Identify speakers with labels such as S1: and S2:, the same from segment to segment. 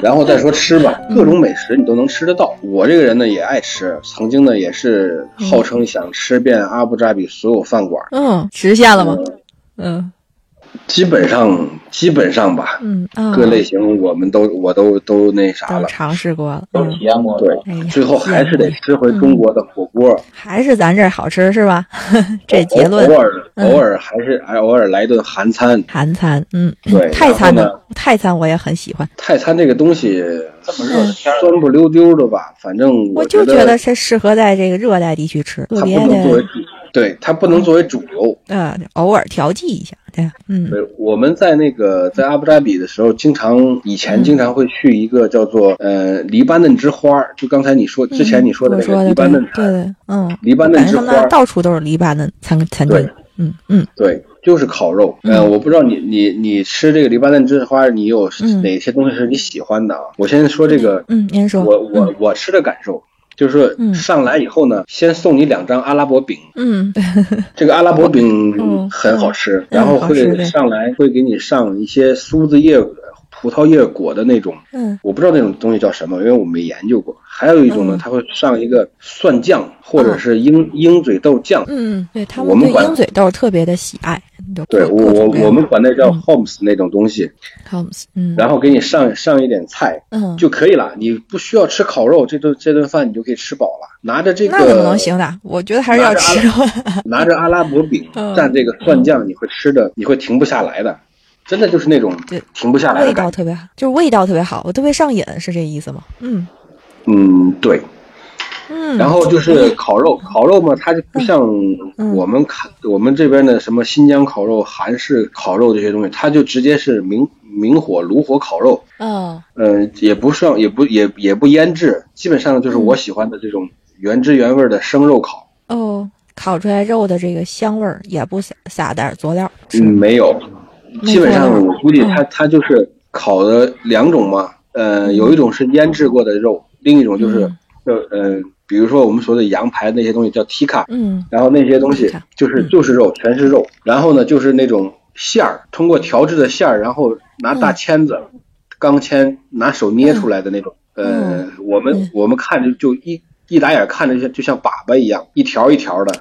S1: 然后再说吃吧，各种美食你都能吃得到。我这个人呢也爱吃，曾经呢也是号称想吃遍阿布扎比所有饭馆，
S2: 嗯，实现了吗？嗯
S1: 基本上基本上吧，
S2: 嗯啊，
S1: 各类型我们都我都都那啥
S2: 都
S1: 了。
S2: 尝试过了，
S3: 都
S2: 嗯
S3: 体，验过了。
S1: 对
S2: 哎呀，
S1: 最后还是得吃回中国的火锅。
S2: 还是咱这儿好吃是吧？ 这嗯结论
S1: 偶，尔
S2: 嗯
S1: 偶尔还是哎还偶尔来顿韩餐。
S2: 韩餐，嗯，
S1: 对，
S2: 泰餐
S1: 然后呢？
S2: 呢？泰餐我也很喜欢，
S1: 泰餐这个东西
S3: 这么热的天儿，
S1: 酸不溜丢的吧，反正
S2: 嗯我
S1: 觉
S2: 就觉得这适合在这个热带地区吃，个
S1: 它
S2: 别
S1: 不能作为
S2: 的
S1: 主，对它不能作为主流。
S2: 呃，偶尔调剂一下，对，嗯
S1: 对，我们在那个在阿布扎比的时候，经常以前经常会去一个叫做呃黎巴嫩之花儿，就刚才你说之前你说的
S2: 嗯我
S1: 那
S2: 说
S1: 个
S2: 的
S1: 黎巴
S2: 对
S1: 嫩
S2: 对
S1: 餐，
S2: 对，嗯，
S1: 黎巴嫩
S2: 感
S1: 之
S2: 觉他们
S1: 花
S2: 那儿
S1: 儿，
S2: 到处都是黎巴嫩餐餐厅
S1: 对，
S2: 嗯嗯，
S1: 对，就是烤肉。嗯、我不知道你你你吃这个黎巴嫩之花儿，你有
S2: 嗯
S1: 哪些东西是你喜欢的啊？我先说这个，
S2: 嗯，您说，
S1: 我我我吃的感受。就是
S2: 嗯
S1: 上来以后呢，先送你两张阿拉伯饼，
S2: 嗯，对，
S1: 这个阿拉伯饼
S2: 嗯
S1: 很好吃，
S2: 嗯
S1: 然后
S2: 好吃对
S1: 会上来会给你上一些苏子叶、葡萄叶果的那种，
S2: 嗯
S1: 我不知道那种东西叫什么，因为我没研究过。还有一种呢
S2: 嗯，
S1: 它会上一个蒜酱或者是鹰鹰嘴豆酱，
S2: 嗯，对他
S1: 我
S2: 们
S1: 们
S2: 对
S1: 管
S2: 鹰嘴豆特别的喜爱，有
S1: 对
S2: 各
S1: 我
S2: 各种
S1: 我
S2: 各样
S1: 我们
S2: 的
S1: 管那叫
S2: 嗯
S1: homes 那种东西，
S2: Tom's，嗯，
S1: 然后给你上上一点菜
S2: 嗯，
S1: 就可以了，你不需要吃烤肉，这顿这顿饭你就可以吃饱了。拿着这个啊
S2: 那怎么能行呢？我觉得还是要吃肉。
S1: 拿着阿拉伯饼
S2: 嗯
S1: 蘸这个蒜酱，你会吃的，你会停不下来的，真的就是那种
S2: 对
S1: 停不下来的
S2: 味
S1: 感
S2: 道
S1: 觉。
S2: 特别好，就是味道特别好，我特别上瘾，是这意思吗？嗯
S1: 嗯，对。
S2: 嗯，
S1: 然后就是烤肉，烤肉嘛，它就不像
S2: 嗯
S1: 我们看我们这边的什么新疆烤肉、韩式烤肉这些东西，它就直接是明明火炉火烤肉，
S2: 哦，
S1: 呃，也不上也不也也不腌制，基本上
S2: 嗯
S1: 就是我喜欢的这种原汁原味的生肉烤。
S2: 哦，烤出来肉的这这个香味儿也不撒撒点儿佐料吃，
S1: 嗯，没有，
S2: 没
S1: 基本
S2: 做
S1: 上
S2: 料
S1: 我估计它
S2: 嗯
S1: 它就是烤的两种嘛，呃，有一种是腌制过的肉，另一种就是
S2: 嗯
S1: 呃呃，比如说我们所谓的羊排那些东西叫 t 卡，
S2: 嗯
S1: 然后那些东西
S2: tikka，
S1: 就是
S2: 嗯
S1: 就是肉，全是肉，然后呢就是那种馅儿，通过调制的馅儿，然后拿大
S2: 嗯
S1: 签子、钢签拿手捏出来的那种，呃
S2: 嗯，
S1: 我们
S2: 嗯
S1: 我们看着就一一打眼看着像就像粑粑一样，一条一条的。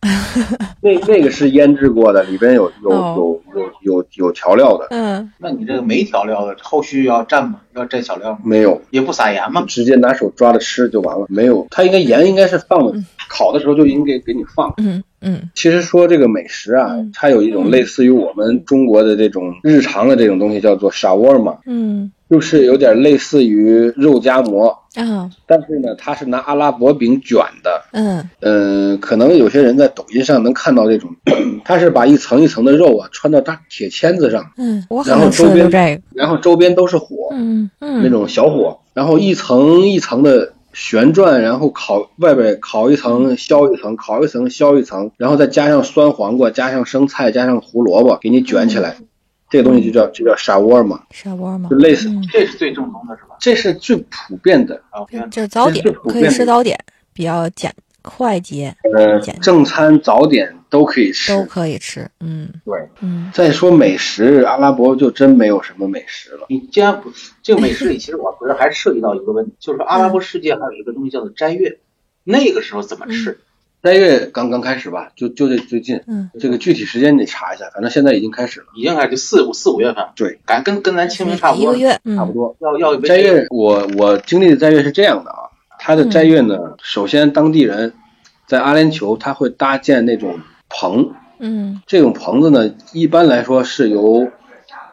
S1: 那那个是腌制过的，里边有有
S2: 哦
S1: 有有有有调料的，
S2: 嗯
S3: 那你这个没调料的，后续要蘸吗？要蘸小料吗？
S1: 没有，
S3: 也不撒
S2: 嗯
S3: 盐吗？
S1: 直接拿手抓着吃就完了，没有。它应该盐应该是放的，烤的时候就应该给你放。
S2: 嗯嗯
S1: 其实说这个美食啊
S2: 嗯，
S1: 它有一种类似于我们中国的这种日常的这种东西，叫做 shawarma，
S2: 嗯
S1: 就是有点类似于肉夹馍，
S2: 啊
S1: 但是呢，它是拿阿拉伯饼卷的。
S2: 嗯
S1: 嗯，可能有些人在抖音上能看到这种， 它是把一层一层的肉啊穿到大铁签子上，
S2: 嗯，我好
S1: 然后
S2: 像吃的
S1: 周
S2: 就
S1: 边
S2: 这个，
S1: 然后周边都是火，
S2: 嗯嗯
S1: 那种小火，然后一层一层的旋转，然后烤外边烤一
S2: 嗯
S1: 层削一层，烤一层削一层，然后再加上酸黄瓜，加上生菜，加上胡萝卜，给你卷起来。
S2: 嗯
S1: 这个东西就叫就叫沙窝嘛，
S2: 砂锅嘛
S1: 就，类似，
S2: 嗯，
S3: 这是最正宗的是吧？
S1: 这是最普遍的。
S3: 啊，
S2: 就是早
S1: 这
S2: 点
S1: 是普
S2: 可
S1: 遍
S2: 以
S1: 的
S2: 吃早点，比较简快捷
S1: 呃
S2: 简，单
S1: 正餐早点都可以
S2: 都
S1: 吃。
S2: 可以吃，嗯
S1: 对，
S2: 嗯
S1: 再说美食，阿拉伯就真没有什么美食了。
S3: 你既然不这个美食里，其实我觉得还涉及到一个问题，就是阿拉伯世界还有一个东西叫做斋月，那个时候怎么吃？
S1: 斋月刚刚开始吧，就就这最近，
S2: 嗯
S1: 这个具体时间你查一下，反正现在已经开始了，
S3: 已经开始四五四五月份了，
S1: 对，
S3: 赶跟跟咱清明差不
S2: 一个
S3: 多了，
S2: 月，嗯
S1: 差不多。
S3: 要要
S1: 斋月，我我经历的斋月是这样的啊，它的斋月呢，首先当地人在阿联酋他会搭建那种棚，
S2: 嗯
S1: 这种棚子呢，一般来说是由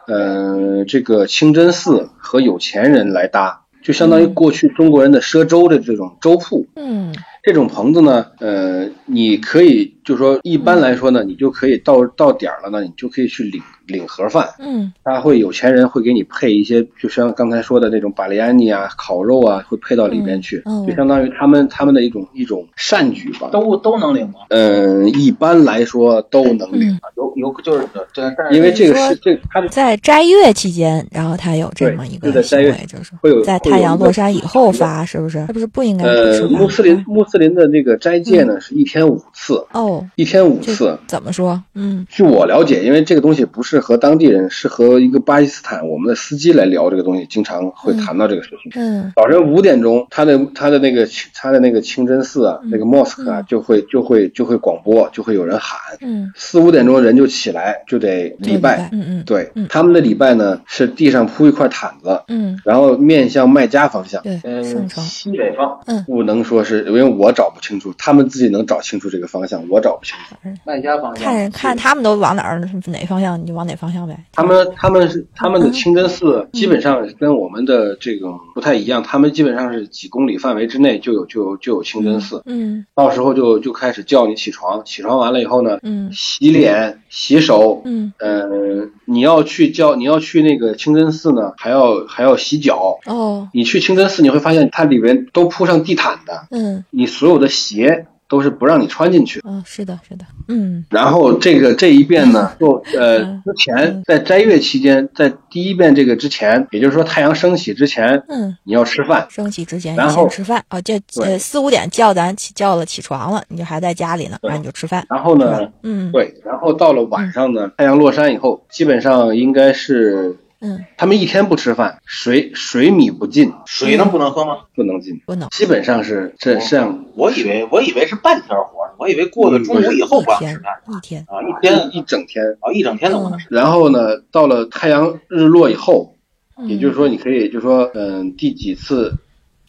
S1: 呃这个清真寺和有钱人来搭，就相当于过去中国人的赊粥的这种粥铺。
S2: 嗯
S1: 这种棚子呢，呃，你可以就说一般来说呢，你就可以到到点儿了呢，你就可以去领领盒饭，
S2: 嗯
S1: 他会有钱人会给你配一些，就像刚才说的那种巴利安尼啊、烤肉啊，会配到里边去，
S2: 嗯哦
S1: 就相当于他们他们的一种一种善举吧。
S3: 都都能领吗？
S1: 嗯，一般来说都能领，
S2: 嗯，
S3: 啊有有就是这，但是
S1: 因为这个
S2: 你说
S1: 是这个它
S2: 在斋月期间，然后他有这么一
S1: 对就在
S2: 个行
S1: 斋月
S2: 为，就是
S1: 会有
S2: 在太阳落山以后发，是不是？他不是不应该不吃
S1: 呃
S2: 饭吗
S1: 穆斯林穆斯林的这个斋戒
S2: 嗯
S1: 呢是一天五次，
S2: 哦，
S1: 一天五
S2: 这
S1: 次。
S2: 怎么说？嗯
S1: 据我了解，因为这个东西不是和当地人，是和一个巴基斯坦我们的司机来聊这个东西，经常会
S2: 嗯
S1: 谈到这个事情。
S2: 嗯
S1: 早晨五点钟，他的他的那个他的那个清真寺啊，
S2: 嗯
S1: 那个 mosque 啊，
S2: 嗯
S1: 就会就会就会广播，就会有人喊。
S2: 嗯，
S1: 四五点钟人就起来，就得
S2: 这个
S1: 礼拜。
S2: 嗯嗯
S1: 对
S2: 嗯，
S1: 他们的礼拜呢是地上铺一块毯子，
S2: 嗯，
S1: 然后面向麦加方向。
S2: 对，
S3: 嗯
S2: 圣城，
S3: 西北方
S1: 不能说是因为我找不清楚，他们自己能找清楚这个方向，我找不清楚。
S3: 麦加方向，
S2: 看看他们都往哪儿哪方向，你就往哪方向呗。
S1: 他们他们是他们的清真
S2: 嗯
S1: 寺基本上跟我们的这个不太一样，他们基本上是几公里范围之内就有就有就有清真寺，
S2: 嗯
S1: 到时候就就开始叫你起床，起床完了以后呢，
S2: 嗯
S1: 洗脸、洗手，
S2: 嗯，
S1: 嗯，你要去叫你要去那个清真寺呢，还要还要洗脚。
S2: 哦，
S1: 你去清真寺，你会发现它里面都铺上地毯的，
S2: 嗯
S1: 你所有的鞋都是不让你穿进去的。
S2: 哦，是的，是的，嗯
S1: 然后这个这一遍呢，就呃
S2: 嗯
S1: 之前在斋月期间，在第一遍这个之前，也就是说太阳升起之前，
S2: 嗯。
S1: 你要吃饭。
S2: 升起之前
S1: 然
S2: 你
S1: 后
S2: 先吃饭哦，这
S1: 对
S2: 呃四五点叫咱起叫了起床了，你就还在家里呢，
S1: 对
S2: 然后你就吃饭，
S1: 然后呢，
S2: 嗯
S1: 对，然后到了晚上呢，太阳落山以后，基本上应该是
S2: 嗯，
S1: 他们一天不吃饭，水水米不进，
S3: 水能不能喝吗？
S1: 不能进，
S2: 不能
S1: 基本上是这
S3: 哦
S1: 这样。
S3: 我以为我以为是半天活儿，我以为过了中午以后
S2: 嗯一
S3: 不让吃
S2: 天
S3: 饭
S2: 一天，
S3: 啊，一天
S1: 一整天，
S3: 啊一整天都不能吃。
S1: 然后呢，到了太阳日落以后，
S2: 嗯
S1: 也就是说，你可以就说，嗯，第几次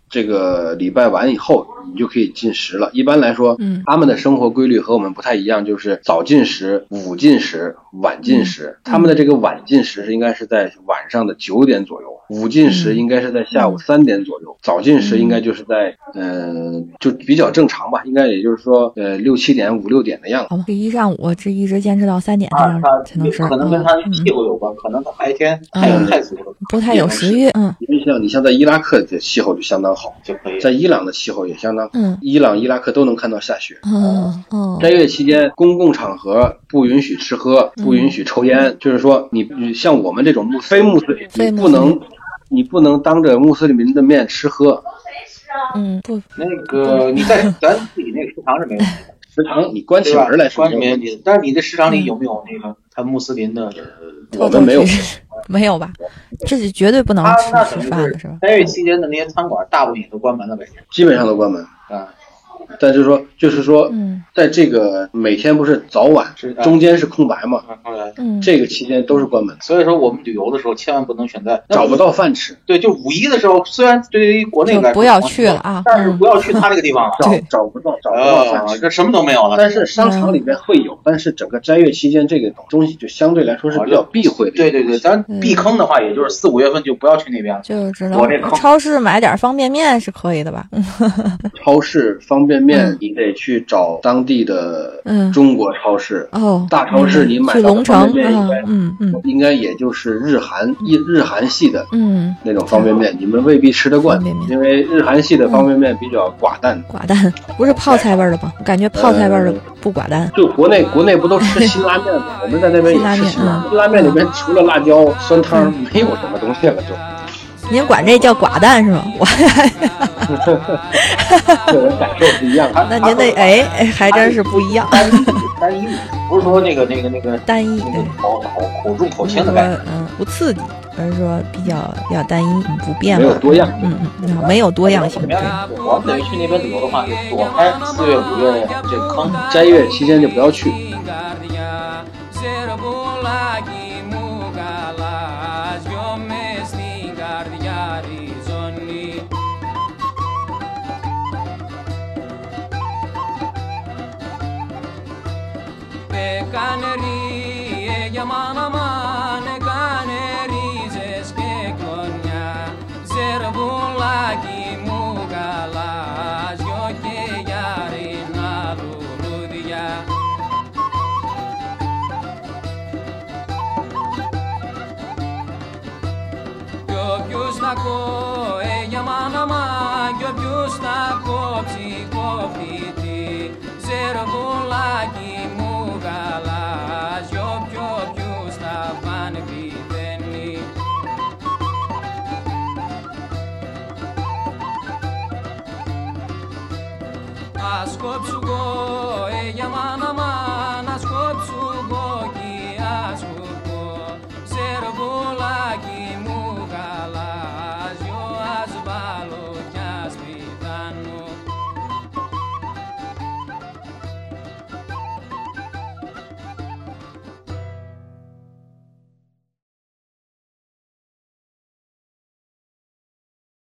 S1: 这个礼拜完以后，你就可以进食了。一般来说，
S2: 嗯
S1: 他们的生活规律和我们不太一样，就是早进食、午进食、晚进
S2: 嗯
S1: 食。他们的这个晚进食是应该是在晚上的九点左右，午进食
S2: 嗯
S1: 应该是在下午三点左右，早进食应该就是在，嗯，就比较正常吧，应该也就是说，呃，六七点、五六点的样子。
S2: 好吧，哦这一上午这一直坚持到三点才
S3: 啊，
S2: 能
S3: 他
S2: 嗯才能吃，
S3: 可能跟
S2: 嗯
S3: 他
S2: 嗯
S3: 屁股有关，可能他白天太阳太足了
S2: 不太有食欲，嗯
S1: 因为像你像在伊拉克的气候就相当好，
S3: 就可以。
S1: 在伊朗的气候也相当好，
S2: 嗯
S1: 伊朗、伊拉克都能看到下雪。
S2: 嗯嗯
S1: 斋月期间，公共场合不允许吃喝，不允许抽烟。就是说你，你像我们这种穆非穆斯林，
S2: 嗯非
S1: 你
S2: 穆
S1: 不
S2: 斯林
S1: 能，你不能当着穆斯林的面吃喝。
S2: 嗯不
S3: 那个你在咱自己那个食堂是没问
S2: 嗯
S1: 食
S3: 题的，
S1: 堂你关起
S3: 对吧
S1: 门来？说
S3: 关是没问题的，但是你这食堂
S2: 嗯
S3: 里有没有那个他穆斯林的？呃
S1: 我
S2: 偷
S1: 们
S2: 偷
S1: 没有
S2: 吃， 没有吧？这是绝对不能
S3: 他啊那
S2: 吃
S3: 等于
S2: 吃饭的是
S3: 是
S2: 吧？
S3: 斋月期间的那些餐馆，大部分也都关门了呗。
S1: 基本上都关门。
S3: 啊，
S1: 但就是说，就是说，
S2: 嗯
S1: 在这个每天不是早晚
S3: 是的
S1: 中间是空白嘛，
S3: 然后来
S2: 嗯
S1: 这个期间都是关门，
S3: 所以说我们旅游的时候千万不能选在
S1: 找不。到饭吃，
S3: 对，就五一的时候，虽然对于国内
S2: 就
S3: 来说
S2: 不要去了，啊，
S3: 但是
S2: 嗯
S3: 不要去他那个地方了。
S1: 找
S2: 对
S1: 找不到找不到饭
S3: 啊，
S1: 吃。
S3: 这什么都没有了。
S1: 但是商
S2: 嗯
S1: 场里面会有，但是整个斋月期间这个东西就相对来说是比较避讳的。
S3: 对对对，咱
S2: 嗯
S3: 避坑的话，也就是四五月份就不要去那边了。
S2: 就只
S3: 我这坑
S2: 能超市买点方便面是可以的吧？嗯
S1: 超市方便面
S2: 嗯，
S1: 你得去找当地的
S2: 嗯
S1: 中国超市，
S2: 哦，
S1: 大超市你买
S2: 去
S1: 到
S2: 龙
S1: 方
S2: 城
S1: 便面应
S2: 啊
S1: 该，
S2: 嗯 嗯
S1: 应该也就是日韩日日韩系的
S2: 嗯，
S1: 那种方便面，你们未必吃得惯
S2: 方便，面嗯
S1: 因为日韩系的方便面比较寡淡。
S2: 寡淡不是泡菜味儿的吧？感觉泡菜味儿的
S1: 呃
S2: 不寡淡。
S1: 就国内国内不都 吃辛拉面吗？我们在那边也吃辛
S2: 辛
S1: 拉
S2: 拉
S1: 面，辛拉面
S2: 面嗯
S1: 里面除了辣椒、酸汤，没有什么东西了，
S2: 您管这叫寡淡是吗？我
S1: 就个人感受不一样。
S3: 他
S2: 那您那哎哎还真是不一样，
S3: 单一单一，不是说那个那个那个
S2: 单一
S3: 那
S2: 对
S3: 个。口口口重口
S2: 不是
S3: 嗯轻的
S2: 说
S3: 感觉。
S2: 嗯不刺激，而是说比较比较单一，嗯不变
S1: 没
S2: 化，
S1: 有多样
S2: 嗯嗯，啊没有多样性，对，
S3: 我们等于去那边旅游的话，就躲开四月五月这个坑。
S1: 斋月期间就不要去。
S4: Zerbulaki mugalas, yo que ya reina tu ακούει για μάνα μάγκιο ποιος τα